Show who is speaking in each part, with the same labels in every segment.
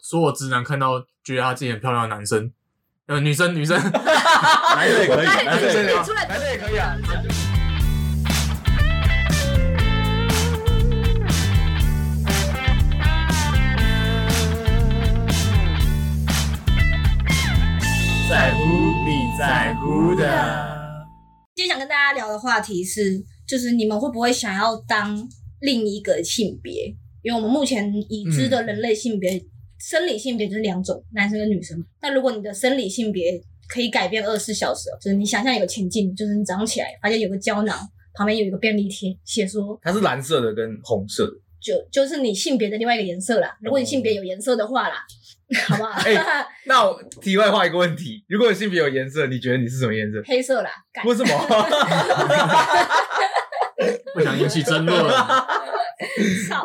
Speaker 1: 所有直男看到觉得他自己很漂亮的男生，呃，女生女生，
Speaker 2: 男生也可以，
Speaker 3: 哎
Speaker 2: 男生也可以
Speaker 3: 你出来
Speaker 2: 男生也可以啊。在乎你在乎的，
Speaker 3: 今天想跟大家聊的话题是，就是你们会不会想要当另一个性别？因为我们目前已知
Speaker 2: 嗯
Speaker 3: 的人类性别、生理性别就是两种，男生跟女生。那如果你的生理性别可以改变二十四小时哦，就是你想象有个情境，就是你早上起来发现有个胶囊，旁边有一个便利贴，写说
Speaker 2: 它是蓝色的跟红色的。
Speaker 3: 就就是你性别的另外一个颜色啦。如果你性别有颜色的话啦， 好不好？
Speaker 2: 哦哎那我题外话一个问题，如果你性别有颜色，你觉得你是什么颜色？
Speaker 3: 黑色啦，干
Speaker 2: 为什么？
Speaker 1: 不想引起争 论。
Speaker 3: 操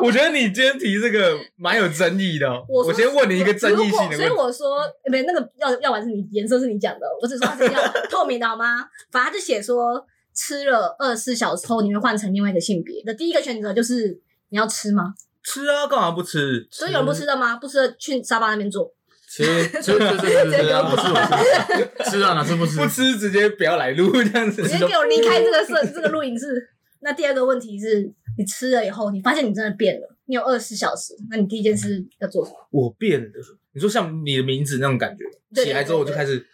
Speaker 2: 我觉得你今天提这个蛮有争议的哦。
Speaker 3: 我
Speaker 2: 我
Speaker 3: 说
Speaker 2: 先问你一个争议性的问题。
Speaker 3: 如果所以我说，呃没那个药药丸是你颜色是你讲的，我只说它是药透明的好吗？反正他就写说吃了二十四小时后你会换成另外一个性别。那第一个选择就是你要吃吗？
Speaker 2: 吃啊，干嘛不吃？
Speaker 3: 所以有人不吃的吗？不吃的去沙发那边坐。
Speaker 1: 吃吃吃吃吃吃啊，不吃不吃，吃啊，哪次不吃？
Speaker 2: 不吃直接不要来录这样子。
Speaker 3: 直接给我离开这个摄这个录影室。那第二个问题是你吃了以后，你发现你真的变了，你有二十小时，那你第一件事要做什么？
Speaker 2: 我变了，你说像你的名字那种感觉，
Speaker 3: 对
Speaker 2: 起来之后我就开始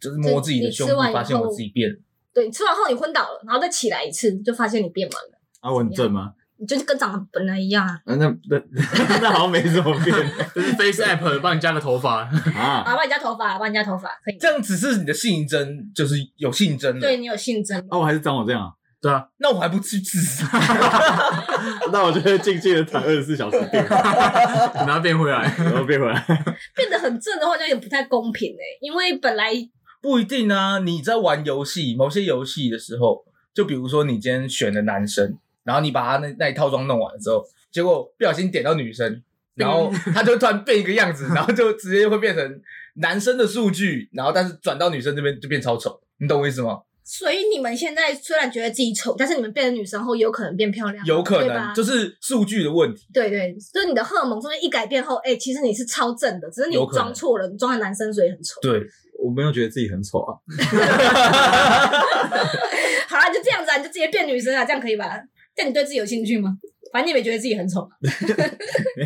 Speaker 2: 就是摸自己的胸部
Speaker 3: 就你吃完以，后
Speaker 2: 发现我自己变了。
Speaker 3: 对你吃完后你昏倒了，然后再起来一次，就发现你变完了，
Speaker 4: 啊，我很正吗？
Speaker 3: 你就是跟长得本来一样啊。
Speaker 4: 啊、那那 那好像没什么 变
Speaker 1: 就是 Face App 帮你加个头发，
Speaker 4: 啊。
Speaker 3: 啊，帮你加头发，帮你加头发，可以。
Speaker 2: 这样只是你的性征，就是有性征了。
Speaker 3: 对，你有性征吗，
Speaker 4: 哦，我还是长我这样啊，
Speaker 1: 对啊，
Speaker 2: 那我还不去自杀？
Speaker 4: 那我就会静静的躺二十四小时 变，
Speaker 1: 等它变回来。
Speaker 4: 然后变回来。
Speaker 3: 变得很正的话，好像也不太公平哎、因为本来
Speaker 2: 不一定啊。你在玩游戏，某些游戏的时候，就比如说你今天选的男生，然后你把他那那一套装弄完了之后，结果不小心点到女生，然 后他就突然变一个样子，然后就直接会变成男生的数据，然后但是转到女生这边就变超丑，你懂我意思吗？
Speaker 3: 所以你们现在虽然觉得自己丑，但是你们变成女生后，有可能变漂亮，
Speaker 2: 有可
Speaker 3: 啊对吧
Speaker 2: 能就是数据的问题。
Speaker 3: 对对，就是你的荷尔蒙中间一改变后，哎、其实你是超正的，只是你
Speaker 2: 有可能
Speaker 3: 装错了，你装的男生所以很丑。
Speaker 2: 对，
Speaker 4: 我没有觉得自己很丑啊，
Speaker 3: 好啦，就这样子啊，你就直接变女生啊，这样可以吧？这样你对自己有兴趣吗？反正你也没觉得自己很丑嘛，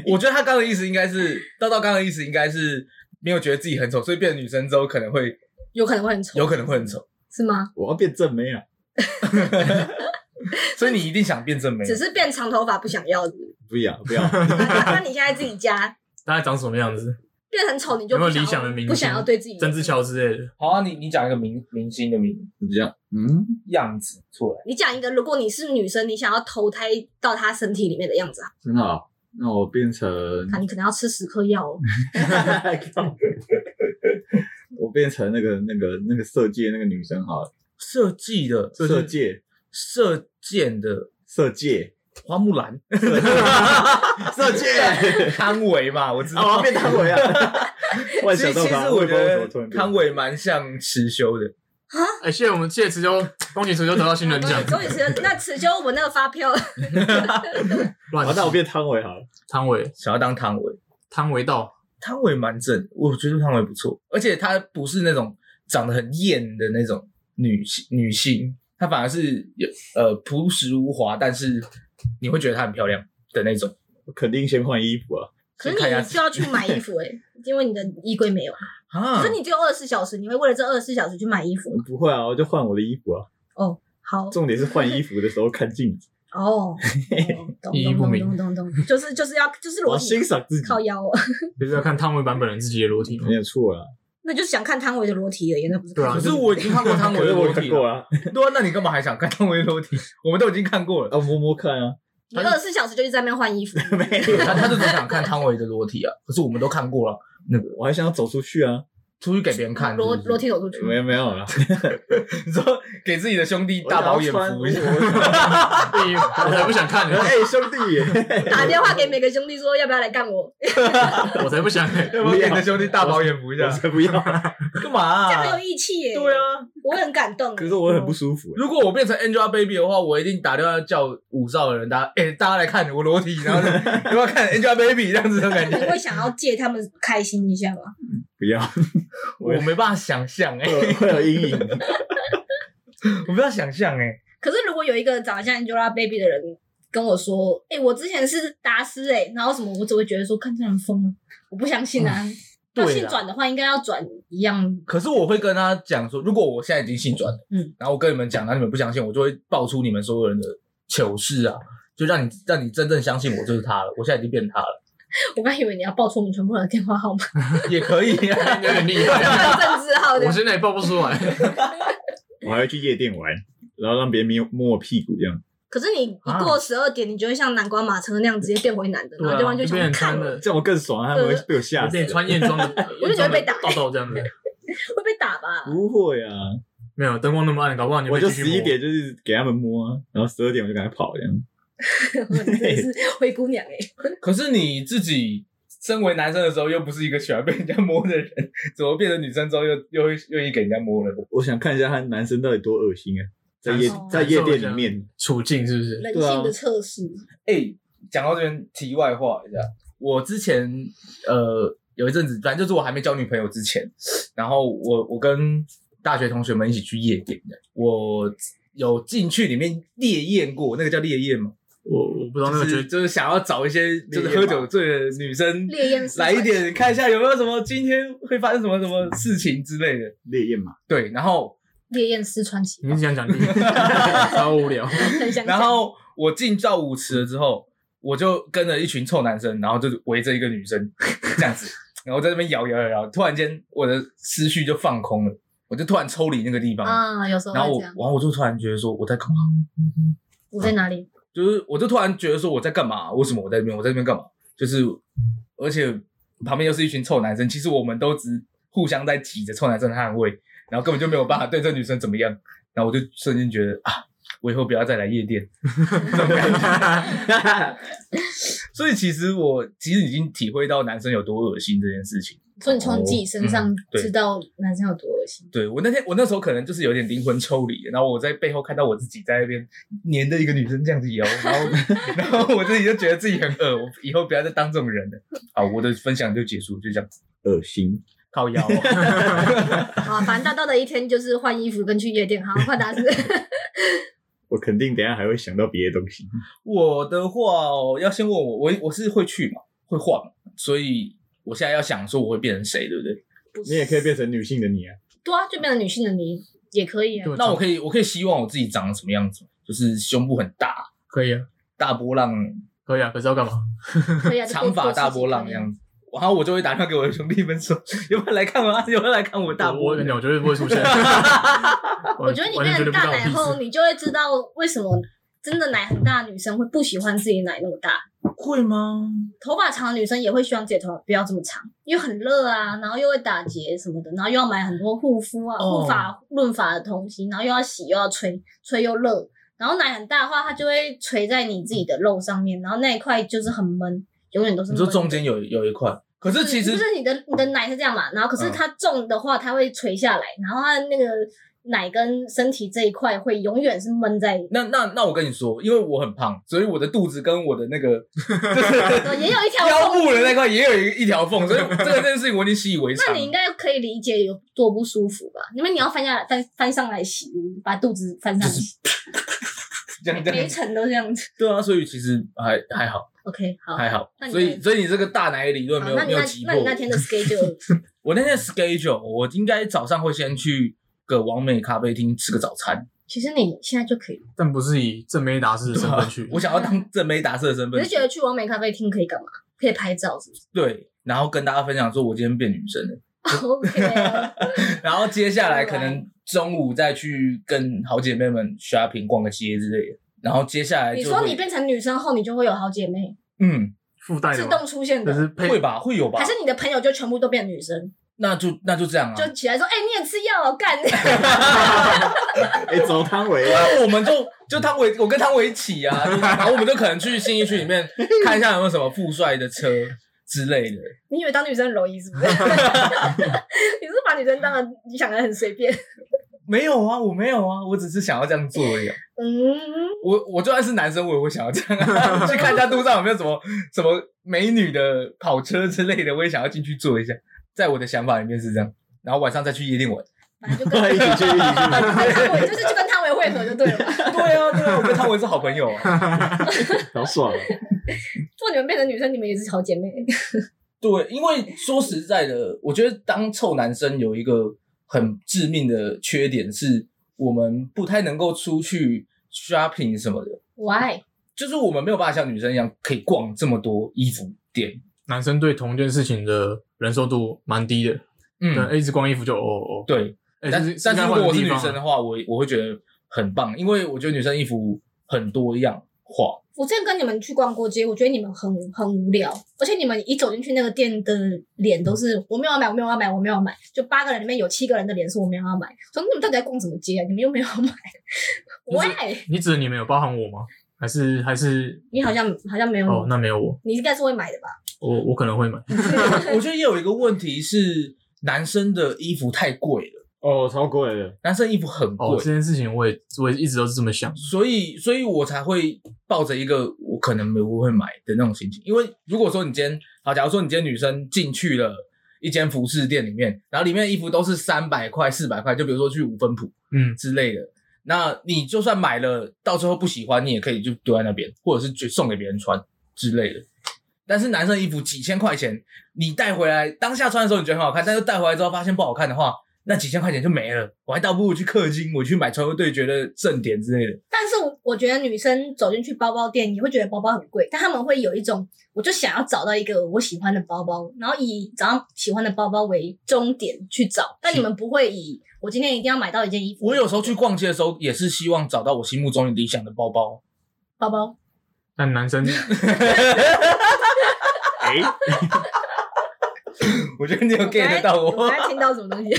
Speaker 2: 我觉得他刚刚的意思应该是，道道刚刚的意思应该是没有觉得自己很丑，所以变成女生之后可能会
Speaker 3: 有可能会很丑，
Speaker 2: 有可能会很丑，
Speaker 3: 是吗？
Speaker 4: 我要变正妹啊，
Speaker 2: 所以你一定想变正啊美。
Speaker 3: 只是变长头发不想要。
Speaker 4: 不要 不要，
Speaker 3: 那你现在自己加
Speaker 1: 大概长什么样子？
Speaker 3: 变很丑，你就
Speaker 1: 有没有
Speaker 3: 不想
Speaker 1: 理想的
Speaker 3: 要
Speaker 1: 明
Speaker 3: 不想
Speaker 1: 星
Speaker 3: 要对自己有
Speaker 1: 曾之乔之类的，
Speaker 2: 好啊，你你讲一个明明星的名
Speaker 4: 你这样，嗯，
Speaker 2: 样子出来，
Speaker 3: 你讲一个，如果你是女生，你想要投胎到她身体里面的样子啊？
Speaker 4: 真的、啊，那我变成，
Speaker 3: 啊，你可能要吃十颗药哦。
Speaker 4: 我变成那个那个那个色戒那个女生好了，
Speaker 2: 设计的
Speaker 4: 色戒
Speaker 2: 射箭的
Speaker 4: 色戒
Speaker 2: 花木 兰，
Speaker 4: 色戒，
Speaker 2: 汤唯嘛，我知
Speaker 4: 啊，我
Speaker 2: 道
Speaker 4: 要。变汤 唯啊。我也
Speaker 2: 其实
Speaker 4: 想到
Speaker 2: 其实
Speaker 4: 他，
Speaker 2: 我
Speaker 4: 也
Speaker 2: 觉
Speaker 4: 不知道为什么
Speaker 2: 得
Speaker 4: 突然变
Speaker 2: 汤唯蛮像池修的，
Speaker 1: 哎，谢谢我们谢谢池修，恭喜池修得到新人 奖
Speaker 3: 对，。终于吃那此就我那个发票，
Speaker 1: 乱
Speaker 4: 好，那我
Speaker 1: 变
Speaker 4: 变汤唯好了。
Speaker 1: 汤唯，
Speaker 2: 想要当汤唯。
Speaker 1: 汤唯道，
Speaker 2: 汤唯蛮正，我觉得汤唯不错，而且她不是那种长得很艳的那种女性女性，她反而是有呃朴实无华，但是你会觉得她很漂亮的那种。
Speaker 4: 我肯定先换衣服啊。
Speaker 3: 可是
Speaker 2: 先看一下
Speaker 3: 你就要去买衣服哎、因为你的衣柜没有啊。
Speaker 2: 啊
Speaker 3: 可是你只有二十四小时，你会为了这二十四小时去买衣服吗？
Speaker 4: 不会啊，我就换我的衣服啊。
Speaker 3: 哦，好，
Speaker 4: 重点是换衣服的时候看镜 子，
Speaker 3: 哦，懂
Speaker 1: 意义不
Speaker 3: 懂
Speaker 1: 明
Speaker 3: 懂懂懂懂，就是就是要就是
Speaker 4: 我
Speaker 3: 裸
Speaker 4: 要
Speaker 3: 体
Speaker 4: 欣赏自己，
Speaker 3: 靠腰哦，
Speaker 1: 就是要看汤唯版本人自己的裸体吗
Speaker 4: 没？有错啊。
Speaker 3: 那就是想看汤唯的裸体而已，那不是
Speaker 1: 对啊
Speaker 2: 可是我已经看过汤唯
Speaker 4: 可
Speaker 2: 的
Speaker 4: 是
Speaker 2: 裸
Speaker 4: 我
Speaker 2: 体
Speaker 4: 看
Speaker 2: 了，
Speaker 4: 过啊，
Speaker 2: 对啊，那你干嘛还想看汤唯的裸体？我们都已经看 过了，
Speaker 4: 啊摸摸看啊，
Speaker 3: 你二十四小时就一直在那边换衣服，
Speaker 4: 没有
Speaker 2: 哎他他就只想看汤唯的裸体啊。可是我们都看过了，
Speaker 4: 那个我还想要走出去啊，
Speaker 2: 出去给别人看，
Speaker 3: 裸
Speaker 2: 是不是
Speaker 3: 裸体走出去，
Speaker 4: 没有没有了，
Speaker 2: 你说给自己的兄弟大饱眼福一下，
Speaker 1: 哎呦我才不想看呢，
Speaker 4: 哎兄弟，
Speaker 3: 打电话给每个兄弟说要不要来干我，
Speaker 1: 我才不想 呢。
Speaker 2: 要不要给你的兄弟大饱眼福一下
Speaker 4: 我？才不要。
Speaker 2: 干嘛啊、
Speaker 3: 这样很有义气耶。
Speaker 2: 对啊，，
Speaker 3: 我很感动。
Speaker 4: 可是我很不舒服，
Speaker 2: 如果我变成 Angelababy 的话，我一定打电话叫五少的人，大家 哎、大家来看我裸体，然后就 要不要看 Angelababy 这样子的感
Speaker 3: 你
Speaker 2: 觉？
Speaker 3: 会想要借他们开心一下吗？
Speaker 4: 不要，
Speaker 2: 我没办法想象哎、
Speaker 4: 会会有阴影。
Speaker 2: 我没办法想象哎、
Speaker 3: 可是如果有一个长得像 Angelababy 的人跟我说：“哎、我之前是达斯哎、然后什么，我只会觉得说看这人疯了，我不相信啊。
Speaker 2: 对
Speaker 3: 要
Speaker 2: 啦
Speaker 3: 性转的话，应该要转一样。
Speaker 2: 可是我会跟他讲说，如果我现在已经性转了，
Speaker 3: 嗯，
Speaker 2: 然后我跟你们讲，然后你们不相信，我就会爆出你们所有人的糗事啊，就让你让你真正相信我就是他了，我现在已经变他 了，
Speaker 3: 我刚以为你要报出我们全部人的电话号码，
Speaker 2: 也可以、啊
Speaker 1: 有。点厉害，
Speaker 3: 政治号的
Speaker 1: 我。现在也报不出来。
Speaker 4: 我还会去夜店玩，然后让别人摸摸我屁股这样，
Speaker 3: 可是你一
Speaker 2: 啊
Speaker 3: 过十二点，你就会像南瓜马车那样直接变回男的，然后对方就
Speaker 1: 被
Speaker 3: 想
Speaker 1: 人
Speaker 3: 看
Speaker 1: 穿
Speaker 3: 我，
Speaker 1: 的，
Speaker 4: 这样我更爽啊！他们会被我吓
Speaker 1: 呃有
Speaker 4: 死。
Speaker 1: 点穿艳 妆的，
Speaker 3: 我就觉得被打
Speaker 1: 艳妆的豆豆这样子。
Speaker 3: 会被打吧？
Speaker 4: 不会啊，
Speaker 1: 没有灯光那么暗，搞不好你
Speaker 4: 我
Speaker 1: 会
Speaker 4: 就
Speaker 1: 继续
Speaker 4: 十
Speaker 1: 摸
Speaker 4: 一点就是给他们摸啊，然后十二点我就赶快跑这样。
Speaker 3: 你 真的是灰姑娘哎、
Speaker 2: 可是你自己身为男生的时候，又不是一个喜欢被人家摸的人，怎么变成女生之后又又会愿意给人家摸了呢？
Speaker 4: 我想看一下他男生到底多恶心啊，在夜
Speaker 3: 哦
Speaker 4: 在夜店里面，
Speaker 1: 处境是不是？
Speaker 3: 人
Speaker 4: 对啊
Speaker 3: 性的测试。
Speaker 2: 哎、讲到这边题外话一下，我之前呃有一阵子，反正就是我还没交女朋友之前，然后我我跟大学同学们一起去夜店的，我有进去里面烈焰过，那个叫烈焰嘛，
Speaker 1: 我我不知道哦那个
Speaker 2: 就是
Speaker 1: 觉得
Speaker 2: 就是想要找一些就是喝酒醉的女生
Speaker 3: 烈焰四
Speaker 2: 来一
Speaker 3: 款
Speaker 2: 点，看一下有没有什么今天会发生什么什么事情之类的。
Speaker 4: 烈焰嘛，
Speaker 2: 对，然后
Speaker 3: 烈焰四川奇
Speaker 1: 你是想讲 这个超无 聊。
Speaker 3: 很想
Speaker 2: 然
Speaker 3: 讲。
Speaker 2: 后我进到舞池了之后，我就跟着一群臭男生，然后就围着一个女生这样 子，然后在那边摇摇摇摇，突然间我的思绪就放空了，我就突然抽离那个地方，
Speaker 3: 啊，有时候
Speaker 2: 然后
Speaker 3: 会
Speaker 2: 我
Speaker 3: 这
Speaker 2: 然
Speaker 3: 样。
Speaker 2: 后我就突然觉得说我在干嘛，
Speaker 3: 我在哪里？
Speaker 2: 就是我就突然觉得说我在干嘛，啊为什么我在那边，我在那边干嘛？就是而且旁边又是一群臭男生，其实我们都只互相在挤着臭男生的汗味，然后根本就没有办法对这女生怎么样，然后我就瞬间觉得啊，我以后不要再来夜店。 所以其实我其实已经体会到男生有多恶心这件事情。
Speaker 3: 所以你从自己身上
Speaker 2: 嗯对
Speaker 3: 知道男生有多恶 心。
Speaker 2: 对我那天我那时候可能就是有点灵魂抽离，然后我在背后看到我自己在那边黏着一个女生这样子摇，然后 然后我自己就觉得自己很恶，我以后不要再当这种人了。好，我的分享就结束，就这样子。
Speaker 4: 恶心。
Speaker 2: 靠腰、
Speaker 3: 啊，反正大道的一天就是换衣服跟去夜店，好换达斯。
Speaker 4: 我肯定等一下还会想到别的东西。
Speaker 2: 我的话、哦、要先问我，我我是会去嘛，会换嘛，所以我现在要想说我会变成谁，对不对？
Speaker 3: 不是
Speaker 4: 你也可以变成女性的你 啊，
Speaker 3: 对啊，就变成女性的你也可以啊
Speaker 1: 对。
Speaker 2: 那我可以我可以希望我自己长什么样子吗，就是胸部很大，
Speaker 1: 可以啊，
Speaker 2: 大波浪
Speaker 1: 可以啊，可是要干嘛？
Speaker 3: 可以啊，
Speaker 2: 长发大波浪那
Speaker 3: 这
Speaker 2: 样子，然后我就会打电话给我的兄弟们说， 有没有来看我啊？ 有没有来看我大波
Speaker 1: 我
Speaker 2: 浪？
Speaker 1: 鸟绝对不会 出现。
Speaker 3: 我觉得你
Speaker 1: 完全
Speaker 3: 变
Speaker 1: 绝对
Speaker 3: 成
Speaker 1: 不知
Speaker 3: 大
Speaker 1: 道我
Speaker 3: 奶
Speaker 1: 屁事
Speaker 3: 后，你就会知道为什么真的奶很大的女生会不喜欢自己奶那么大，
Speaker 2: 会吗？
Speaker 3: 头发长的女生也会希望自己的头发不要这么长，因为很热啊，然后又会打结什么的，然后又要买很多护肤啊、
Speaker 2: 哦
Speaker 3: 护发、润发的东西，然后又要洗又要吹，吹又热，然后奶很大的话，它就会垂在你自己的肉上面，然后那一块就是很闷，永远都是
Speaker 2: 你
Speaker 3: 闷
Speaker 2: 说
Speaker 3: 的。
Speaker 2: 中间有有一块，可是其实嗯
Speaker 3: 不是你的你的奶是这样嘛，然后可是它重的话，它会垂下来，然后它那个奶跟身体这一块会永远是闷在。
Speaker 2: 那那那我跟你说，因为我很胖，所以我的肚子跟我的那 个就是
Speaker 3: 也有一 条
Speaker 2: 腰
Speaker 3: 缝
Speaker 2: 部的那块也有一一条缝，所以这个这件事情我已经习以为常
Speaker 3: 那。你应该可以理解有多不舒服吧？因为你要翻下来，翻翻上来洗，把肚子翻上来洗，
Speaker 2: 这样这
Speaker 3: 每一
Speaker 2: 样
Speaker 3: 层都这样子。
Speaker 2: 对啊，所以其实还还好
Speaker 3: OK，好，好，
Speaker 2: 还好
Speaker 3: 那，你
Speaker 2: 所以所以你这个大奶理论没有
Speaker 3: 那
Speaker 2: 没
Speaker 3: 你
Speaker 2: 有
Speaker 3: 那
Speaker 2: 击破
Speaker 3: 那你那天 的 schedule
Speaker 2: 我那天 schedule，我应该早上会先去个完美咖啡厅吃个早餐。
Speaker 3: 其实你现在就可以了。
Speaker 1: 但不是以正妹达斯的身份去，
Speaker 3: 啊
Speaker 2: 我想要 当正妹达斯的身
Speaker 3: 你
Speaker 2: 份
Speaker 3: 是，觉得去完美咖啡厅可以干嘛？可以拍照是不是
Speaker 2: 对，然后跟大家分享说我今天变女生了，
Speaker 3: ？OK，啊
Speaker 2: 然后接下来可能中午再去跟好姐妹们 shopping 逛个街之类的，然后接下来
Speaker 3: 你
Speaker 2: 就
Speaker 3: 说
Speaker 2: 会
Speaker 3: 你变成女生后，你就会有好姐妹
Speaker 2: 嗯
Speaker 1: 附带
Speaker 3: 自
Speaker 1: 的嘛，
Speaker 2: 哎
Speaker 3: 动出现
Speaker 1: 可
Speaker 3: 的，
Speaker 1: 是配
Speaker 2: 会吧会有吧
Speaker 3: 还，是你的朋友就全部都变女生？
Speaker 2: 那就那就这样啊。
Speaker 3: 就起来说，哎、你也吃药哦， 干，
Speaker 4: 哎，走汤唯
Speaker 2: 对
Speaker 4: 啊，
Speaker 2: 啊，我们就就汤唯，我跟汤唯一起 啊，然后我们就可能去信义区里面看一下有没有什么富帅的车之类的。
Speaker 5: 你以为当女生很容 易是不是？你是不是把女生当了你想的很随便？
Speaker 2: 没有啊，我没有啊，我只是想要这样做而已啊。
Speaker 5: 嗯，
Speaker 2: 我我就算是男生，我也会想要这样、啊， 去看一下路上有没有什么什么美女的跑车之类的，我也想要进去坐一下。在我的想法里面是这样，然后晚上再去夜店玩。
Speaker 3: 反正就跟
Speaker 4: 一 起去，一起去。
Speaker 5: 我就是去跟汤唯会合就对了嘛。
Speaker 2: 对啊，对啊，我跟汤唯是好朋友啊。
Speaker 4: 好爽啊！
Speaker 5: 做你们变成女生，你们也是好姐妹。
Speaker 2: 对，因为说实在的，我觉得当臭男生有一个很致命的缺点是，我们不太能够出去 shopping 什么的，
Speaker 5: Why？
Speaker 2: 就是我们没有办法像女生一样可以逛这么多衣服店。
Speaker 1: 男生对同一件事情的忍受度蛮低的，
Speaker 2: 嗯，
Speaker 1: 对，一直光衣服就哦哦，
Speaker 2: 对，
Speaker 1: 哎，
Speaker 2: 但
Speaker 1: 是
Speaker 2: 但是如果我是女生的
Speaker 1: 呢？
Speaker 2: 话，我我会觉得很棒，因为我觉得女生衣服很多样化。
Speaker 3: 我之前跟你们去逛过街，我觉得你们很很无聊，而且你们一走进去那个店的脸都是我没有要买，我没有要买，我没有要买，就八个人里面有七个人的脸是我没有要买。说你们到底在逛什么街啊？你们又没有要买，why？
Speaker 1: 你指的你没有包含我吗？还是还是
Speaker 3: 你好像好像没有，
Speaker 1: 哦，那没有我，
Speaker 3: 你应该是会买的吧？
Speaker 1: 我我可能会买。
Speaker 2: 我觉得也有一个问题是，男生的衣服太贵了，
Speaker 4: 哦，超贵的，
Speaker 2: 男生衣服很贵，
Speaker 1: 哦，这件事情我也我也一直都是这么想。
Speaker 2: 所以所以我才会抱着一个我可能没我会买的那种心情。因为如果说你今天好，假如说你今天女生进去了一间服饰店里面，然后里面的衣服都是三百块、四百块，就比如说去五分铺，
Speaker 1: 嗯，
Speaker 2: 之类的。那你就算买了，到最后不喜欢，你也可以就丢在那边，或者是就送给别人穿之类的。但是男生衣服几千块钱，你带回来当下穿的时候你觉得很好看，但是带回来之后发现不好看的话，那几千块钱就没了。我还倒不如去氪金，我去买传说对决的正点之类的。
Speaker 3: 但是我我觉得女生走进去包包店，你会觉得包包很贵，但他们会有一种，我就想要找到一个我喜欢的包包，然后以找到喜欢的包包为终点去找。但你们不会以我今天一定要买到一件衣服，
Speaker 2: 我有时候去逛街的时候，也是希望找到我心目中理想的包包。
Speaker 3: 包包，
Speaker 1: 但男生
Speaker 4: 哎，
Speaker 2: 我觉得你有 get 到
Speaker 5: 我
Speaker 2: 我
Speaker 5: 刚，才听到什么东西？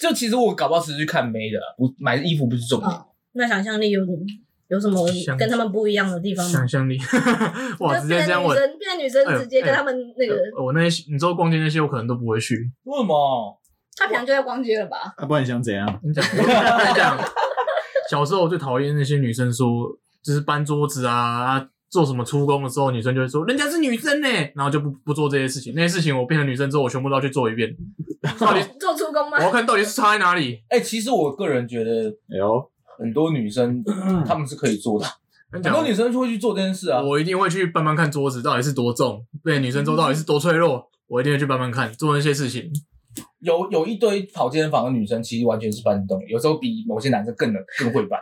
Speaker 2: 就其实我搞不好是去看妹的啦，不买衣服不是重点。
Speaker 3: 哦 那想象力有有什么
Speaker 1: 想
Speaker 3: 跟他们不一样的地方吗
Speaker 1: 想？象力， 哇，直接
Speaker 5: 就变
Speaker 1: 这样
Speaker 5: 成女
Speaker 1: 问。
Speaker 5: 生，变成女生
Speaker 1: 哎呦
Speaker 5: 直接跟
Speaker 1: 哎
Speaker 5: 他们那个，
Speaker 1: 呃我那些你知道逛街那些，我可能都不会去。
Speaker 2: 为什么？
Speaker 5: 她平常就在逛街了吧？
Speaker 4: 啊不然你想怎样？
Speaker 1: 你讲， 我跟你讲，小时候我最讨厌那些女生说，就是搬桌子啊，做什么出工的时候，女生就会说人家是女生呢，然后就不不做这些事情。那些事情我变成女生之后，我全部都要去做一遍，哎到底
Speaker 5: 做出工吗
Speaker 1: 我？要看到底是差在哪里。
Speaker 2: 哎、其实我个人觉得
Speaker 4: 哎呦，
Speaker 2: 很多女生 她们是可以做的，
Speaker 1: 跟你
Speaker 2: 很
Speaker 1: 讲
Speaker 2: 多，女生就会去做这件事啊。
Speaker 1: 嗯我一定会去搬搬看桌子到底是多重，被女生桌到底是多脆弱，我一定会去搬搬看做那些事情。
Speaker 2: 有有一堆跑健身房的女生，其实完全是搬得动，有时候比某些男生更能更会搬。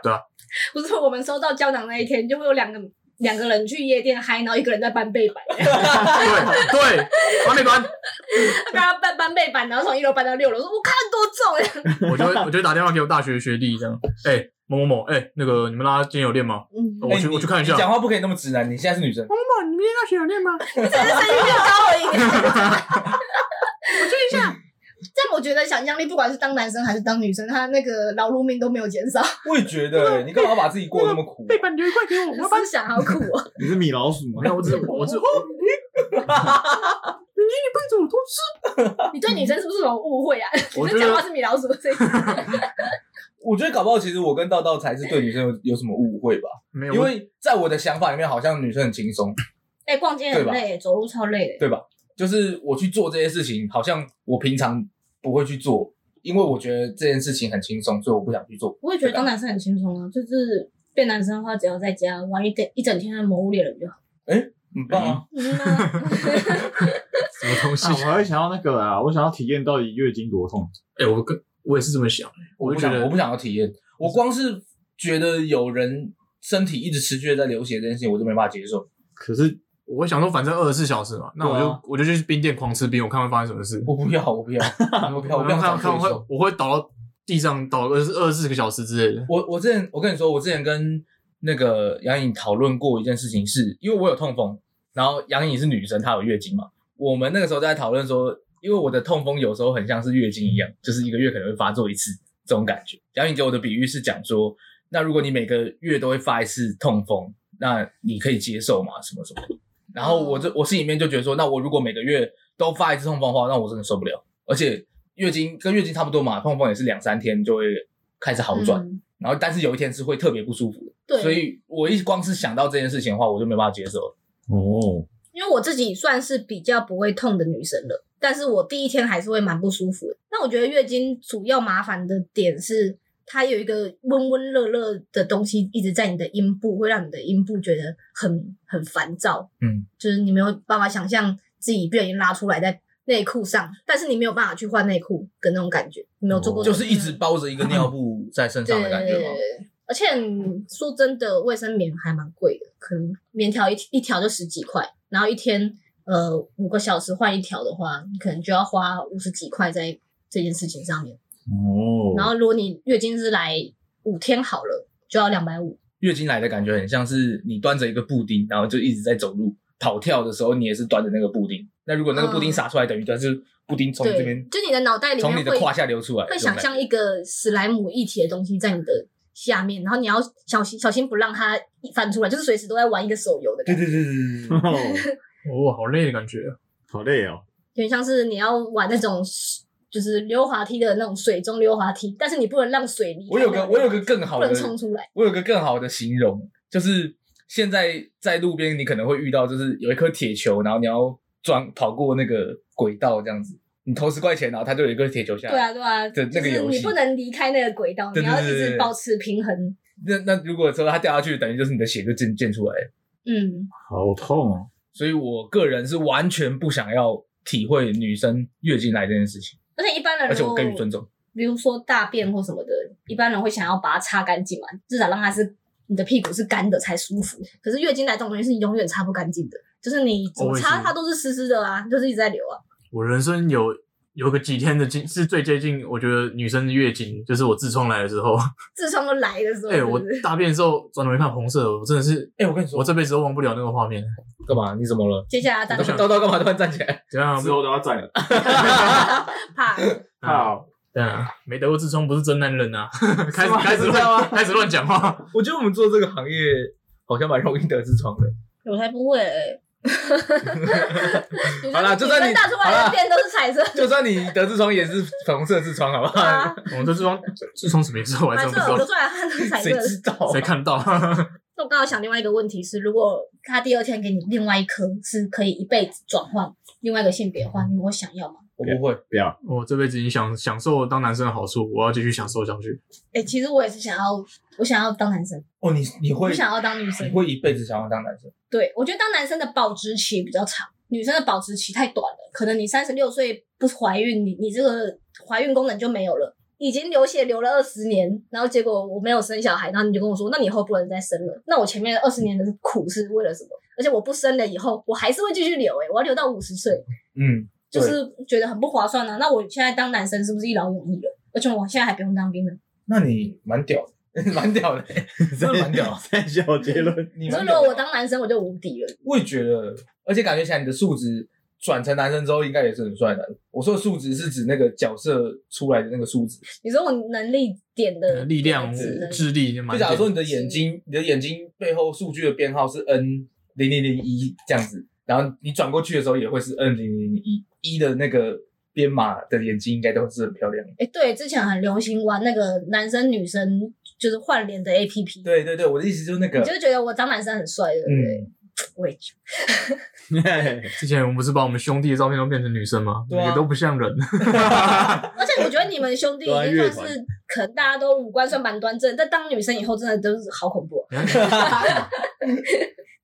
Speaker 5: 不是，我们收到胶囊那一天，就会有两个两个人去夜店嗨，然后一个人在搬背板，
Speaker 1: 对对，搬没搬？
Speaker 5: 他让他搬搬背板，然后从一楼搬到六楼，说我看多重呀。啊
Speaker 1: 我就会我就打电话给我大学学弟这样，哎、某某某，哎、那个你们拉今天有练吗？
Speaker 5: 嗯，
Speaker 1: 我去、
Speaker 2: 哎你
Speaker 1: 我去看一下
Speaker 2: 你。讲话不可以那么直男，你现在是女生，
Speaker 1: 某某，你明天大学有练吗？
Speaker 5: 但我觉得想象力，不管是当男生还是当女生，他那个劳碌命都没有减 少，
Speaker 2: 我也觉得、欸你干嘛把自己过得那么苦、啊
Speaker 1: 板留一块给我，我
Speaker 5: 我分享好苦哦。
Speaker 4: 你是米老鼠吗
Speaker 1: 没？有，我只我 只，明天你搬走我偷吃。
Speaker 5: 你对女生是不是有误会啊？
Speaker 1: 我
Speaker 5: 你
Speaker 1: 觉
Speaker 5: 在讲话
Speaker 1: 得
Speaker 5: 是米老鼠这一
Speaker 2: 我觉得搞不好其实我跟道道才是对女生有有什么误会吧，
Speaker 1: 没有，
Speaker 2: 因为在我的想法里面，好像女生很轻松，
Speaker 3: 哎、逛街很累，走路超累的。
Speaker 2: 对吧？就是我去做这些事情，好像我平常不会去做，因为我觉得这件事情很轻松，所以我不想去做。
Speaker 3: 我也觉得当男生很轻松啊，就是变男生的话，只要在家玩一整一整天的《魔物猎人》就好。
Speaker 2: 很棒啊！
Speaker 5: 嗯呐，
Speaker 1: 什么东西
Speaker 4: 啊，？我还会想要那个啊，我想要体验到底月经多痛。
Speaker 1: 哎，我跟我也是这么想，
Speaker 2: 我
Speaker 1: 我
Speaker 2: 不
Speaker 1: 就
Speaker 2: 想
Speaker 1: 觉，得嗯
Speaker 2: 我不想要体验。我光是觉得有人身体一直持续的在流血这件事情，我就没办法接受。
Speaker 4: 可是
Speaker 1: 我会想说，反正二十四小时嘛，那我
Speaker 4: 对
Speaker 1: 就
Speaker 4: 啊
Speaker 1: 我就去冰店狂吃冰，我看会发生什么事。
Speaker 2: 我不要，我不要，我不要，我不
Speaker 1: 看
Speaker 2: 要
Speaker 1: 看
Speaker 2: 当
Speaker 1: 看我
Speaker 2: 罪
Speaker 1: 会
Speaker 2: 受。
Speaker 1: 我会倒到地上倒个二十四个小时之类的。
Speaker 2: 我我之前我跟你说，我之前跟那个杨颖讨论过一件事情是，因为我有痛风，然后杨颖是女生，她有月经嘛。我们那个时候在讨论说，因为我的痛风有时候很像是月经一样，就是一个月可能会发作一次这种感觉。杨颖姐，我的比喻是讲说，那如果你每个月都会发一次痛风，那你可以接受吗？什么什么的？然后我这我心里面就觉得说，那我如果每个月都发一次痛风的话，那我真的受不了。而且月经跟月经差不多嘛，痛风也是两三天就会开始好转，
Speaker 5: 嗯
Speaker 2: 然后但是有一天是会特别不舒服的。
Speaker 5: 对
Speaker 2: 所以我一光是想到这件事情的话，我就没办法接受了。
Speaker 4: 哦，
Speaker 3: 因为我自己算是比较不会痛的女生了，但是我第一天还是会蛮不舒服的。那我觉得月经主要麻烦的点是，它有一个温温热热的东西一直在你的阴部，会让你的阴部觉得很很烦躁。
Speaker 2: 嗯，
Speaker 3: 就是你没有办法想象自己不小心拉出来在内裤上，但是你没有办法去换内裤的那种感觉。你没有做过这
Speaker 2: 哦就
Speaker 3: 种
Speaker 2: 是
Speaker 3: 事、
Speaker 2: 一直包着一个尿布在身上的感觉
Speaker 3: 对
Speaker 2: 吗？
Speaker 3: 而且说真的，卫生棉还蛮贵的，可能棉条一一条就十几块，然后一天呃五个小时换一条的话，你可能就要花五十几块在这件事情上面。
Speaker 4: 哦，
Speaker 3: 然后如果你月经是来五天好了，就要两百五。
Speaker 2: 月经来的感觉很像是你端着一个布丁，然后就一直在走路。跑跳的时候，你也是端着那个布丁。那如果那个布丁
Speaker 3: 嗯
Speaker 2: 洒出来，等于就是布丁从你这
Speaker 3: 对
Speaker 2: 边，，
Speaker 3: 就你的脑袋里
Speaker 2: 从你
Speaker 3: 面
Speaker 2: 的
Speaker 3: 会
Speaker 2: 胯下流出来。
Speaker 3: 会想象一个史莱姆一体的东西在你的下面，然后你要小心小心不让它翻出来，就是随时都在玩一个手游的
Speaker 2: 这
Speaker 3: 感
Speaker 2: 种
Speaker 3: 觉，
Speaker 2: 感觉。对对对对对。
Speaker 4: 哦，
Speaker 1: 哦，好累的感觉。
Speaker 4: 好累哦，
Speaker 3: 有点像是你要玩那种就是溜滑梯的那种水中溜滑梯，但是你不能让水离开
Speaker 2: 我有个我有个更好
Speaker 3: 不
Speaker 2: 的
Speaker 3: 能冲出来，
Speaker 2: 我有个更好的形容，就是现在在路边你可能会遇到，就是有一颗铁球，然后你要钻跑过那个轨道这样子。你投十块钱，然后它就有一个铁球下来。
Speaker 3: 对啊对啊，
Speaker 2: 对那
Speaker 3: 就
Speaker 2: 个
Speaker 3: 是
Speaker 2: 游戏
Speaker 3: 你不能离开那个轨道，
Speaker 2: 对
Speaker 3: 你要
Speaker 2: 对
Speaker 3: 一
Speaker 2: 对对
Speaker 3: 直保持平衡。
Speaker 2: 那那如果说它掉下去，等于就是你的血就溅溅出来了。
Speaker 3: 嗯，
Speaker 4: 好痛哦，
Speaker 2: 所以我个人是完全不想要体会女生月经来这件事情，
Speaker 3: 而且一般人
Speaker 2: 而且
Speaker 3: 如
Speaker 2: 我
Speaker 3: 果
Speaker 2: 更予尊重。
Speaker 3: 比如说大便或什么的，一般人会想要把它擦干净嘛，至少让它是你的屁股是干的才舒服。可是月经来这种东西是永远擦不干净的，就是你怎么
Speaker 1: 哦我也
Speaker 3: 擦
Speaker 1: 是
Speaker 3: 它都是湿湿的啊，就是一直在流啊。
Speaker 1: 我人生有有个几天的经是最接近，我觉得女生的月经，就是我痔疮来的时候。
Speaker 3: 痔疮都来的时候，
Speaker 1: 哎、 我
Speaker 3: 是不是
Speaker 1: 大便的时候转头一看红色的，我真的是，
Speaker 2: 哎、我跟你说，
Speaker 1: 我这辈子都忘不了那个画面。
Speaker 2: 干嘛？你怎么了？
Speaker 3: 接下来大
Speaker 2: 你
Speaker 3: 家
Speaker 2: 叨叨干嘛？突然站起来？
Speaker 1: 这样啊
Speaker 4: 之后都要站了，
Speaker 3: 怕。
Speaker 4: 好，
Speaker 1: 对啊，没得过痔疮不是真男人啊！开
Speaker 2: 是
Speaker 1: 始
Speaker 2: 吗
Speaker 1: 开始
Speaker 2: 是这样吗
Speaker 1: 乱开始乱讲话。
Speaker 2: 我觉得我们做这个行业好像蛮容易得痔疮的。
Speaker 3: 我才不会、女生
Speaker 2: 好啦就算你
Speaker 3: 女生大出
Speaker 2: 好
Speaker 3: 来
Speaker 2: 啦
Speaker 3: 的便都是彩色的
Speaker 2: 就算你得痔疮，也是粉红色痔疮，好不 好？
Speaker 3: 啊，
Speaker 1: 我们这痔疮痔疮什么意思？我还
Speaker 3: 反
Speaker 1: 真不
Speaker 3: 正
Speaker 1: 知
Speaker 3: 我
Speaker 1: 道，
Speaker 3: 流出来的汗都是彩 色
Speaker 2: 谁
Speaker 3: 的。
Speaker 2: 知道啊？
Speaker 1: 谁看得到？
Speaker 3: 那我刚好想另外一个问题是，如果他第二天给你另外一颗是可以一辈子转换另外一个性别的话，你们会想要吗？
Speaker 2: 我不会，
Speaker 4: 不要，
Speaker 1: 我这辈子已经享享受当男生的好处，我要继续享受下去。
Speaker 3: 哎、其实我也是想要，我想要当男生，
Speaker 2: 哦，你你
Speaker 3: 我
Speaker 2: 会
Speaker 3: 不想要当女生
Speaker 2: 你。会一辈子想要当男生？
Speaker 3: 对，我觉得当男生的保质期比较长，女生的保质期太短了。可能你三十六岁不怀孕，你你这个怀孕功能就没有了。已经流血流了二十年，然后结果我没有生小孩，然后你就跟我说，那你以后不能再生了。那我前面二十年的苦是为了什么？而且我不生了以后，我还是会继续流、欸，我要流到五十岁，
Speaker 2: 嗯，
Speaker 3: 就是觉得很不划算啊。那我现在当男生是不是一劳永逸了？而且我现在还不用当兵呢。
Speaker 2: 那你蛮屌的， 蛮屌的，真的蛮屌。
Speaker 4: 三小结论，
Speaker 2: 你
Speaker 3: 你
Speaker 2: 蛮
Speaker 3: 说如
Speaker 2: 屌
Speaker 3: 果
Speaker 2: 的
Speaker 3: 我当男生，我就无敌了。
Speaker 2: 我也觉得，而且感觉起来你的数值转成男生之后，应该也是很帅的男生。我说的数值是指那个角色出来的那个数值，
Speaker 3: 你说我能力点的
Speaker 1: 啊力量、
Speaker 2: 啊
Speaker 3: 值能
Speaker 1: 智力，
Speaker 2: 就
Speaker 1: 蛮
Speaker 2: 假如说
Speaker 1: 点
Speaker 2: 你的眼睛，你的眼睛背后数据的编号是 N 零零零一这样子，然后你转过去的时候也会是 N 零零零一一的那个编码的眼睛，应该都是很漂亮的。
Speaker 3: 哎、对，之前很流行玩那个男生女生就是换脸的 A P P，
Speaker 2: 对对对，我的意思就是那个
Speaker 3: 你，就觉得我当男生很帅，对不对？
Speaker 2: 嗯，
Speaker 3: 我也觉得
Speaker 1: 之前我们不是把我们兄弟的照片都变成女生吗？
Speaker 2: 对啊
Speaker 1: 每个都不像 人。
Speaker 3: 而且我觉得你们兄弟已
Speaker 1: 啊
Speaker 4: 都在
Speaker 3: 经
Speaker 4: 乐
Speaker 3: 算是可能大家都五官算蛮端正，但当女生以后真的都是好恐怖哦、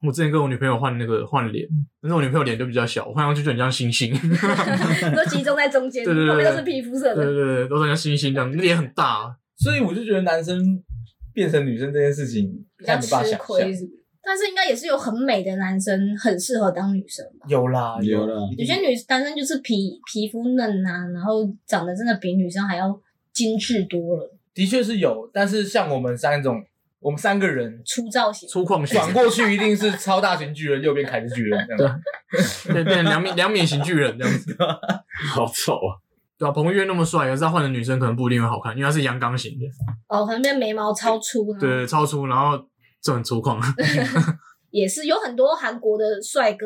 Speaker 1: 我之前跟我女朋友换那个换脸，但是我女朋友脸就比较小，我换上去就很像猩猩。
Speaker 3: 啊都集中在中间，
Speaker 1: 对对对
Speaker 3: 旁边都是皮肤色
Speaker 1: 对对
Speaker 3: 的。
Speaker 1: 对，都是像猩猩这样，脸很大。啊
Speaker 2: 所以我就觉得男生变成女生这件事情，
Speaker 3: 比较
Speaker 2: 看没办法
Speaker 3: 吃
Speaker 2: 想
Speaker 3: 亏
Speaker 2: 象。
Speaker 3: 是不是？但是应该也是有很美的男生很适合当女生吧？
Speaker 2: 有啦，
Speaker 4: 有
Speaker 2: 啦
Speaker 4: 啦，
Speaker 2: 一定
Speaker 3: 有些女男生就是皮皮肤嫩啊，然后长得真的比女生还要精致多了。
Speaker 2: 的确是有，但是像我们三种我们三个 人
Speaker 3: 粗造型，
Speaker 1: 粗犷型，
Speaker 2: 转过去一定是超大型巨人，右边凯是巨人这样。
Speaker 1: 变变成两面两面型巨人这样子，
Speaker 4: 好丑啊！
Speaker 1: 对啊，彭于晏那么帅，可是他换成女生可能不一定会好看，因为他是阳刚型的，
Speaker 3: 哦，可能变眉毛超粗，啊
Speaker 1: 对，对，超粗，然后就很粗犷，
Speaker 3: 也是有很多韩国的帅哥，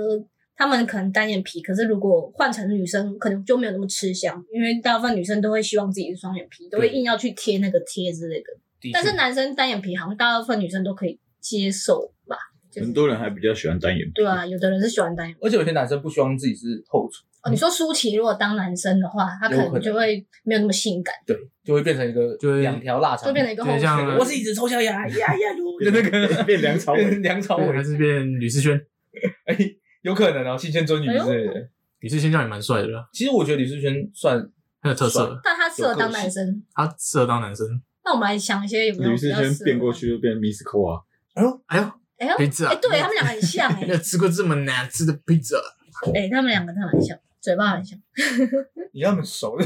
Speaker 3: 他们可能单眼皮，可是如果换成女生，可能就没有那么吃香，因为大部分女生都会希望自己是双眼皮，都会硬要去贴那个贴之类的。
Speaker 2: 的确
Speaker 3: 但是男生单眼皮好像大部分女生都可以接受吧？就是
Speaker 4: 很多人还比较喜欢单眼皮。
Speaker 3: 对啊，有的人是喜欢单眼皮。
Speaker 2: 而且有些男生不希望自己是后厨，
Speaker 3: 哦，你说舒淇如果当男生的话，他可
Speaker 2: 有可
Speaker 3: 能
Speaker 2: 能
Speaker 3: 就会没有那么性感，
Speaker 2: 对，就会嗯变成一个
Speaker 1: 就会
Speaker 2: 两条腊肠，
Speaker 3: 就变成一个后
Speaker 1: 对像
Speaker 3: 腿。
Speaker 2: 我是一直抽象哎呀呀呀噜的那个
Speaker 4: 变梁朝伟
Speaker 2: 梁朝
Speaker 1: 对，
Speaker 2: 伟
Speaker 1: 还是变吕思轩，
Speaker 2: 哎，有可能哦，新鲜追女之类
Speaker 3: 哎
Speaker 2: 的。
Speaker 1: 吕思轩叫也蛮帅的啦，
Speaker 2: 其实我觉得李世轩算
Speaker 1: 很有特色
Speaker 2: 帅，
Speaker 3: 但他适合当男生。
Speaker 1: 他适合当男生。
Speaker 3: 那我们来想一些有没有
Speaker 4: 吕
Speaker 3: 比
Speaker 4: 世
Speaker 3: 较适
Speaker 4: 轩
Speaker 3: 合
Speaker 4: 变过。去就变 Miss Co 啊，
Speaker 1: 哎呦，
Speaker 3: 哎呦，
Speaker 1: 鼻子啊
Speaker 3: 哎，对他们两个很像哎
Speaker 1: 没 有吃过这么难吃的披萨，
Speaker 3: 哎，他们两个真的很像，嘴巴很像，
Speaker 2: 你让他们熟的，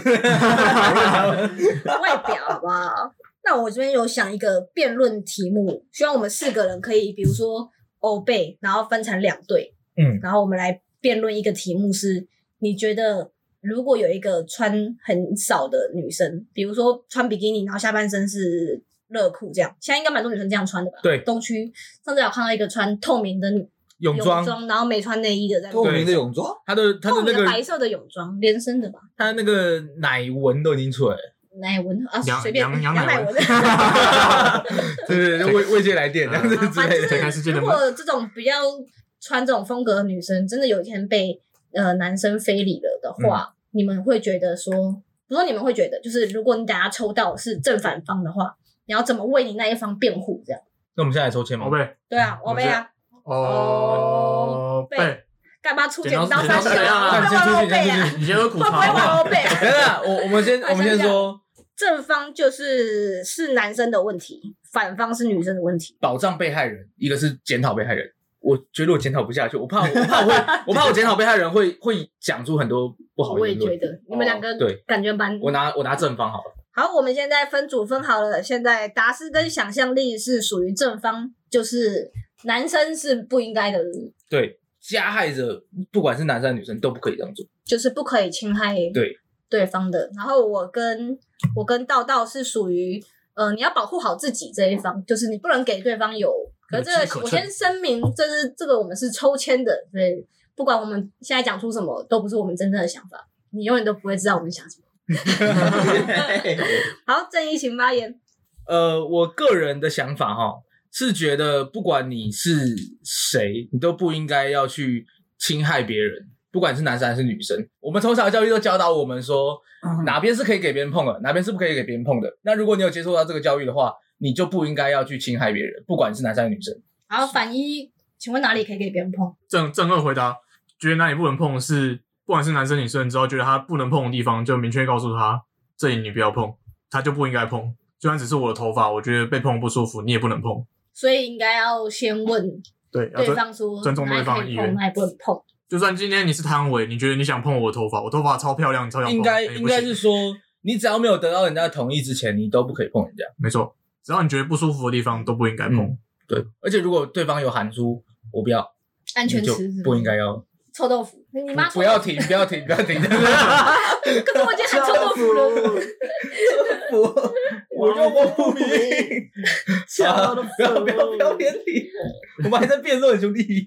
Speaker 3: 外表好不好？ 那我这边有想一个辩论题目，希望我们四个人可以，比如说欧贝，然后分成两队，
Speaker 2: 嗯，
Speaker 3: 然后我们来辩论一个题目是：你觉得如果有一个穿很少的女生，比如说穿比基尼，然后下半身是热裤这样，现在应该蛮多女生这样穿的吧？
Speaker 2: 对
Speaker 3: 东区上次有看到一个穿透明的
Speaker 2: 泳装，
Speaker 3: 装，然后没穿内衣的在那
Speaker 6: 透
Speaker 3: 边
Speaker 6: 明的泳装，
Speaker 2: 他的他
Speaker 3: 透
Speaker 2: 的那
Speaker 3: 明的白
Speaker 2: 个
Speaker 3: 色的泳装，连身的吧？
Speaker 2: 他那个奶纹都已经出来了，
Speaker 3: 奶纹啊，
Speaker 1: 羊
Speaker 3: 随便
Speaker 1: 羊羊
Speaker 3: 羊 奶
Speaker 1: 奶
Speaker 3: 纹
Speaker 1: 纹。
Speaker 2: 对对对，未未接来电这样子
Speaker 3: 啊
Speaker 2: 之
Speaker 3: 反
Speaker 2: 类
Speaker 3: 正就
Speaker 2: 的。
Speaker 1: 才开
Speaker 3: 是
Speaker 1: 始见
Speaker 3: 如
Speaker 1: 得
Speaker 3: 果这种比较穿这种风格的女生，真的有一天被呃男生非礼了的话，你们会觉得说，不说你们会觉得，就是如果你等下抽到是正反方的话，你要怎么为你那一方辩护？这样
Speaker 2: 那我们现在来抽签吗
Speaker 1: 宝？贝，
Speaker 3: 对啊，我
Speaker 1: 我
Speaker 3: 被啊，
Speaker 1: 哦
Speaker 3: 贝
Speaker 1: 贝，
Speaker 3: 干嘛出剪
Speaker 1: 剪刀
Speaker 3: 刀
Speaker 1: 石
Speaker 3: 三
Speaker 1: 头
Speaker 3: 小
Speaker 1: 布啊
Speaker 3: 啊？干嘛我被啊？
Speaker 1: 你先喝苦
Speaker 3: 会不会
Speaker 1: 茶。
Speaker 3: 换我背？
Speaker 2: 等等，我我们先我们先说
Speaker 3: 正方就是是男生的问题，反方是女生的问题。
Speaker 2: 保障被害人，一个是检讨被害人。我觉得我检讨不下去，我怕我怕我 会，我怕我检讨被害人会会讲出很多不好
Speaker 3: 我
Speaker 2: 的
Speaker 3: 也
Speaker 2: 言
Speaker 3: 觉
Speaker 2: 论。
Speaker 3: 得你们两个
Speaker 2: 对
Speaker 3: 感觉蛮
Speaker 2: 我拿我拿正方好了，
Speaker 3: 好，我们现在分组分好了。现在达斯跟想象力是属于正方，就是男生是不应该的，
Speaker 2: 对，加害者不管是男生还是女生都不可以这样做。
Speaker 3: 就是不可以侵害
Speaker 2: 对
Speaker 3: 对方的。然后我跟我跟道道是属于呃，你要保护好自己这一方，就是你不能给对方有。可是这
Speaker 1: 有机可
Speaker 3: 个
Speaker 1: 乘
Speaker 3: 我先声明，这是这个我们是抽签的，所以不管我们现在讲出什么，都不是我们真正的想法，你永远都不会知道我们想什么。好，正义请发言。
Speaker 2: 呃，我个人的想法哈，是觉得不管你是谁，你都不应该要去侵害别人，不管是男生还是女生。我们从小教育都教导我们说，
Speaker 3: 嗯
Speaker 2: 哪边是可以给别人碰的，哪边是不可以给别人碰的。那如果你有接受到这个教育的话，你就不应该要去侵害别人，不管是男生还是女生。
Speaker 3: 好，反一，请问哪里可以给别人碰？
Speaker 1: 正正二回答，觉得哪里不能碰的是，不管是男生女生，你只要觉得他不能碰的地方，就明确告诉他，这里你不要碰，他就不应该碰。就算只是我的头发，我觉得被碰不舒服，你也不能碰。
Speaker 3: 所以应该要先问
Speaker 1: 对，要
Speaker 3: 对
Speaker 1: 尊
Speaker 3: 方说
Speaker 1: 尊重对方
Speaker 3: 哪
Speaker 1: 的
Speaker 3: 里
Speaker 1: 意
Speaker 3: 可以碰，
Speaker 1: 愿。
Speaker 3: 哪里不能碰。
Speaker 1: 就算今天你是摊位，你觉得你想碰我的头发，我头发超漂亮，你超想碰，
Speaker 2: 应该
Speaker 1: 那也
Speaker 2: 应
Speaker 1: 不行
Speaker 2: 该是说，你只要没有得到人家的同意之前，你都不可以碰人家。
Speaker 1: 没错，只要你觉得不舒服的地方都不应该碰。
Speaker 2: 嗯对，而且如果对方有喊出“我不要”，
Speaker 3: 安全
Speaker 2: 你就
Speaker 3: 词是
Speaker 2: 不应
Speaker 3: 该
Speaker 2: 该要。
Speaker 3: 臭豆腐，你妈
Speaker 2: 不要停，不要停，不要停！
Speaker 3: 臭豆腐，可是我已经喊臭豆腐了。
Speaker 2: 我我就我不明， 啊 不要不要不要偏离，我们还在辩论，兄弟。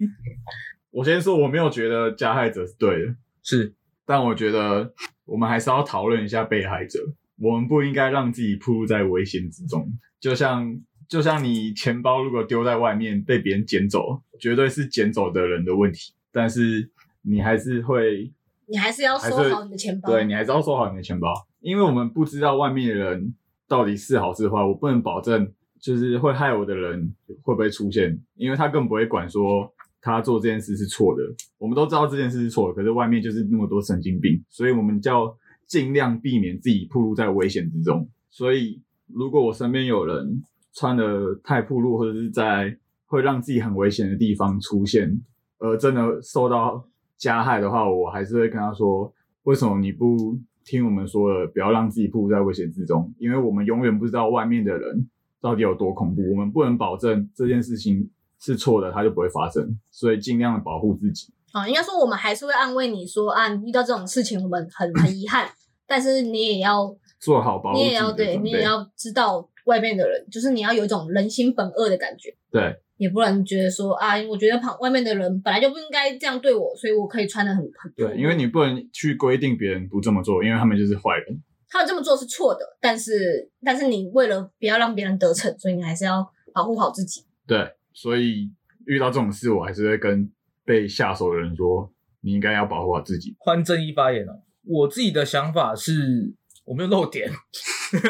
Speaker 4: 我先说，我没有觉得加害者是对的，
Speaker 2: 是
Speaker 4: 但我觉得我们还是要讨论一下被害者。我们不应该让自己暴露在危险之中，就像就像你钱包如果丢在外面被别人捡走，绝对是捡走的人的问题，但是你还是会
Speaker 3: 你还是要收
Speaker 4: 还是
Speaker 3: 好你的钱包。
Speaker 4: 对你还是要收好你的钱包，因为我们不知道外面的人到底是好是坏，我不能保证就是会害我的人会不会出现，因为他更不会管说他做这件事是错的。我们都知道这件事是错的，可是外面就是那么多神经病，所以我们就要尽量避免自己暴露在危险之中。所以如果我身边有人穿的太暴露，或者是在会让自己很危险的地方出现，而真的受到加害的话，我还是会跟他说，为什么你不听我们说的，不要让自己暴露在危险之中？因为我们永远不知道外面的人到底有多恐怖，我们不能保证这件事情是错的，它就不会发生，所以尽量的保护自己。
Speaker 3: 啊、应该说我们还是会安慰你说啊，你遇到这种事情我们很很遗憾，但是你也要
Speaker 4: 做好保护
Speaker 3: 你
Speaker 4: 自己
Speaker 3: 也
Speaker 4: 的
Speaker 3: 要
Speaker 4: 准
Speaker 3: 对
Speaker 4: 备。
Speaker 3: 你也要知道外面的人，就是你要有一种人心本恶的感觉，
Speaker 4: 对
Speaker 3: 也不能觉得说啊，我觉得旁外面的人本来就不应该这样对我，所以我可以穿的很很
Speaker 4: 对，因为你不能去规定别人不这么做，因为他们就是坏人。
Speaker 3: 他们这么做是错的，但是但是你为了不要让别人得逞，所以你还是要保护好自己。
Speaker 4: 对，所以遇到这种事，我还是会跟被下手的人说，你应该要保护好自己。
Speaker 2: 宽正义发言哦。我自己的想法是，我没有漏点。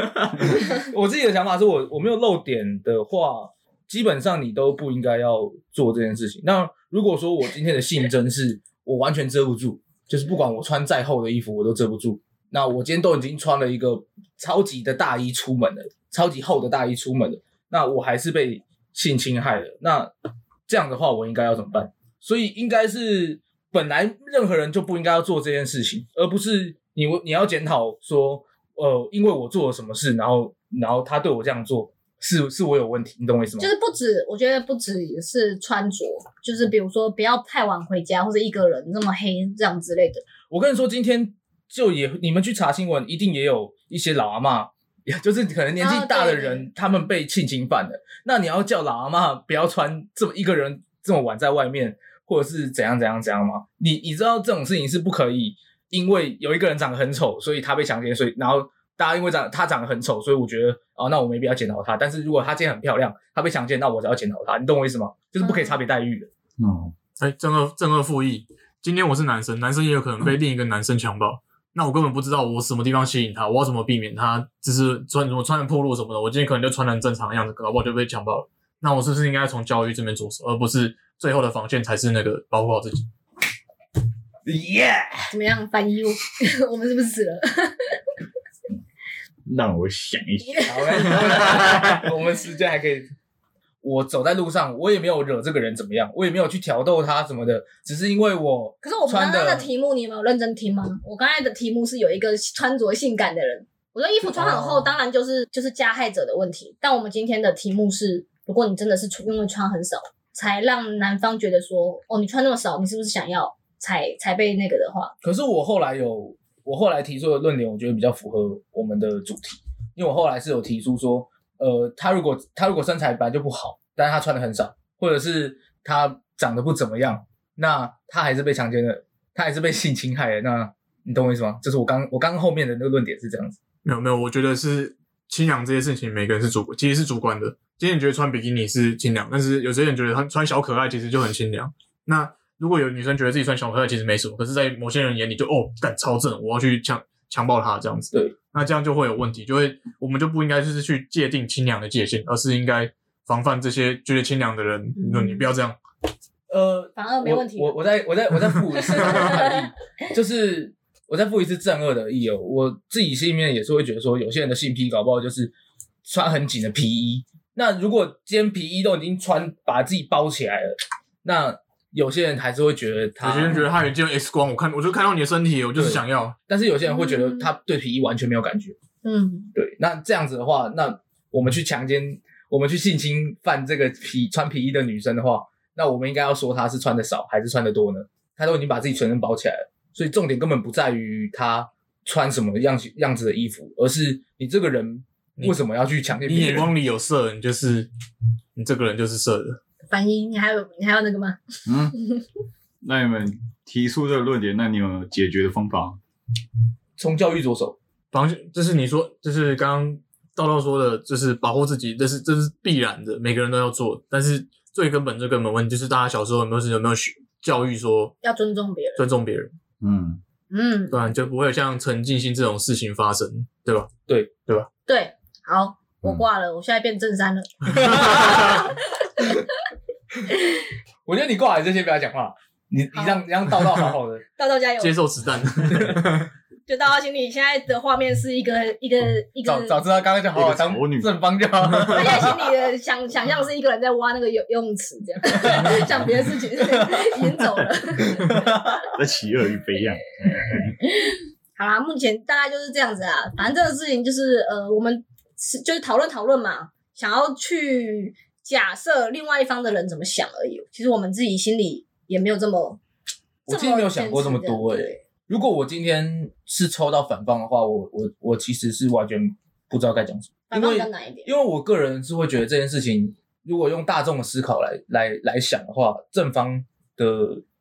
Speaker 2: 我自己的想法是我我没有漏点的话，基本上你都不应该要做这件事情。那如果说我今天的性征是我完全遮不住，就是不管我穿再厚的衣服我都遮不住，那我今天都已经穿了一个超级的大衣出门了，超级厚的大衣出门了，那我还是被性侵害了。那这样的话，我应该要怎么办？所以应该是本来任何人就不应该要做这件事情，而不是你你要检讨说，呃，因为我做了什么事，然后然后他对我这样做，是是我有问题，你懂我意思吗？
Speaker 3: 就是不止，我觉得不止是穿着，就是比如说不要太晚回家，或者一个人那么黑这样之类的。
Speaker 2: 我跟你说，今天就也你们去查新闻，一定也有一些老阿嬷，也就是可能年纪大的人，他们被性侵犯了。那你要叫老阿嬷不要穿这么一个人这么晚在外面，或者是怎样怎样怎样吗？你你知道这种事情是不可以，因为有一个人长得很丑，所以他被强奸，所以然后大家因为长他长得很丑，所以我觉得啊、那我没必要检讨他。但是如果他今天很漂亮，他被强奸，那我才要检讨他，你懂我意思吗？就是不可以差别待遇的。
Speaker 4: 嗯，
Speaker 1: 哎，正二正二负一。今天我是男生，男生也有可能被另一个男生强暴，那我根本不知道我什么地方吸引他，我要怎么避免他，就是穿我穿的破露什么的，我今天可能就穿的正常的样子，搞不好就被强暴了。那我是不是应该从教育这边着手，而不是最后的防线才是那个保护好自己？
Speaker 2: Yeah，
Speaker 3: 怎么样，翻译我 我们是不是死了？
Speaker 4: 让我想一想。
Speaker 2: 好嘞，我们时间还可以。我走在路上，我也没有惹这个人怎么样，我也没有去挑逗他什么的，只是因为我
Speaker 3: 可是我们刚
Speaker 2: 穿
Speaker 3: 刚
Speaker 2: 的
Speaker 3: 的题目，你有没有认真听吗？我刚才的题目是有一个穿着性感的人，我说衣服穿很厚，
Speaker 2: 哦
Speaker 3: 当然就是就是加害者的问题。但我们今天的题目是，如果你真的是出因为穿很少，才让男方觉得说，哦，你穿那么少，你是不是想要才才被那个的话，
Speaker 2: 可是我后来有，我后来提出的论点，我觉得比较符合我们的主题，因为我后来是有提出说，呃，他如果他如果身材本来就不好，但是他穿的很少，或者是他长得不怎么样，那他还是被强奸了，他还是被性侵害了，那你懂我意思吗？就是我刚我刚后面的那个论点是这样子。
Speaker 1: 没有没有，我觉得是清凉这些事情，每个人是主其实是主观的。今天你觉得穿比基尼是清凉，但是有些人觉得他穿小可爱其实就很清凉。那如果有女生觉得自己穿小可爱其实没什么，可是在某些人眼里就哦，干超正，我要去强强暴她这样子。
Speaker 2: 对，
Speaker 1: 那这样就会有问题，就会我们就不应该就是去界定清凉的界限，而是应该防范这些觉得清凉的人，
Speaker 2: 嗯
Speaker 1: 你说你不要这样。
Speaker 2: 呃，
Speaker 3: 反而没问题？
Speaker 2: 我我我再我再我再复一次 就是我再复一次正恶的意哦。我自己心里面也是会觉得说，有些人的性癖搞不好就是穿很紧的皮衣。那如果今天皮衣都已经穿把自己包起来了，那有些人还是会觉得他，
Speaker 1: 有些人觉得他眼睛有 X 光，我看我就看到你的身体，我就是
Speaker 2: 对
Speaker 1: 想要。
Speaker 2: 但是有些人会觉得他对皮衣完全没有感觉。
Speaker 3: 嗯，
Speaker 2: 对，那这样子的话，那我们去强奸，我们去性侵犯这个皮穿皮衣的女生的话，那我们应该要说她是穿的少还是穿的多呢？她都已经把自己全身包起来了，所以重点根本不在于她穿什么样样子的衣服，而是你这个人
Speaker 1: 你
Speaker 2: 为什么要去强奸
Speaker 1: 你
Speaker 2: 别
Speaker 1: 眼
Speaker 2: 人？
Speaker 1: 光里有色，你就是你这个人就是色的。
Speaker 3: 反一，你还有你还有那个吗？
Speaker 4: 嗯， 那你们提出这个论点，那你有没有解决的方法？
Speaker 2: 从教育着手，
Speaker 1: 防线，就是你说，就是刚刚道道说的，就是保护自己，这是这是必然的，每个人都要做。但是最根本、最根本问题就是，大家小时候有没有有没有学教育说
Speaker 3: 要尊重别人。
Speaker 1: 尊重别人，
Speaker 4: 嗯，
Speaker 3: 嗯，
Speaker 1: 不然就不会有像陈静心这种事情发生，对吧？
Speaker 3: 对，好，
Speaker 2: 嗯
Speaker 3: 我挂了，我现在变正三了。
Speaker 2: 我觉得你过来这些不要讲话，你你让你让道道好好 的，
Speaker 3: 道道加油！
Speaker 1: 接受子弹，
Speaker 3: 就道道心里现在的画面是一个一个一个
Speaker 2: 早，早知道刚刚就好好当
Speaker 4: 一个丑女
Speaker 2: 正方就好。
Speaker 3: 他现在心里的想想象是一个人在挖那个游游泳池这样， 想别的事情已经走了。
Speaker 4: 在其乐与非一样。
Speaker 3: 好啦，目前大概就是这样子啊，反正这个事情就是呃，我们是就是讨论讨论嘛。想要去假设另外一方的人怎么想而已。其实我们自己心里也没有这么，
Speaker 2: 我其实没有想过这么多欸
Speaker 3: 哎、
Speaker 2: 诶、如果我今天是抽到反方的话，我我我其实是完全不知道该讲什么，
Speaker 3: 反
Speaker 2: 因
Speaker 3: 方
Speaker 2: 为
Speaker 3: 比较难一点。
Speaker 2: 因为我个人是会觉得这件事情，如果用大众的思考来来来想的话，正方的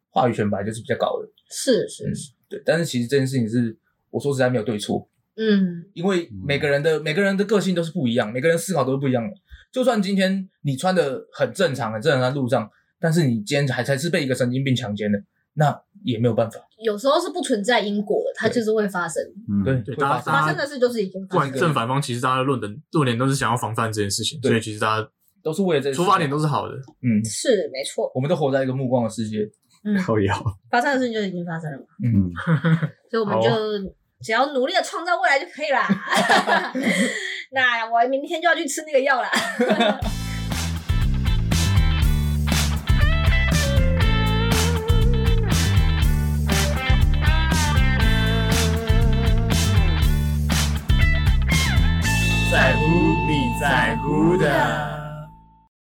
Speaker 2: 话语权本来就是比较高的，
Speaker 3: 是是
Speaker 2: 嗯，对。但是其实这件事情是我说实在没有对错，
Speaker 3: 嗯，
Speaker 2: 因为每个人的、每个人的个性都是不一样，每个人思考都是不一样的。就算今天你穿的很正常、很正常在路上，但是你今天还才是被一个神经病强奸的，那也没有办法。
Speaker 3: 有时候是不存在因果的，它就是会发生，
Speaker 4: 嗯
Speaker 2: 对，，啊
Speaker 1: 对
Speaker 2: 会发
Speaker 1: 大家
Speaker 2: 生
Speaker 1: 大家
Speaker 3: 发生的事就是已经
Speaker 1: 不
Speaker 3: 发
Speaker 1: 管
Speaker 3: 生。
Speaker 1: 正反方，其实大家的论点论点都是想要防范这件事情，
Speaker 2: 对
Speaker 1: 所以其实大家
Speaker 2: 都是为了这件事
Speaker 1: 出
Speaker 2: 情
Speaker 1: 发点都是好的。
Speaker 2: 嗯，
Speaker 3: 是没错，
Speaker 2: 我们都活在一个目光的世界。
Speaker 4: 靠腰，
Speaker 3: 发生的事情就已经发生了嘛，
Speaker 2: 嗯，
Speaker 4: 嗯，
Speaker 3: 所以我们
Speaker 1: 好啊
Speaker 3: 就只要努力的创造 未来就可以啦。那我明天就要去吃那个药啦。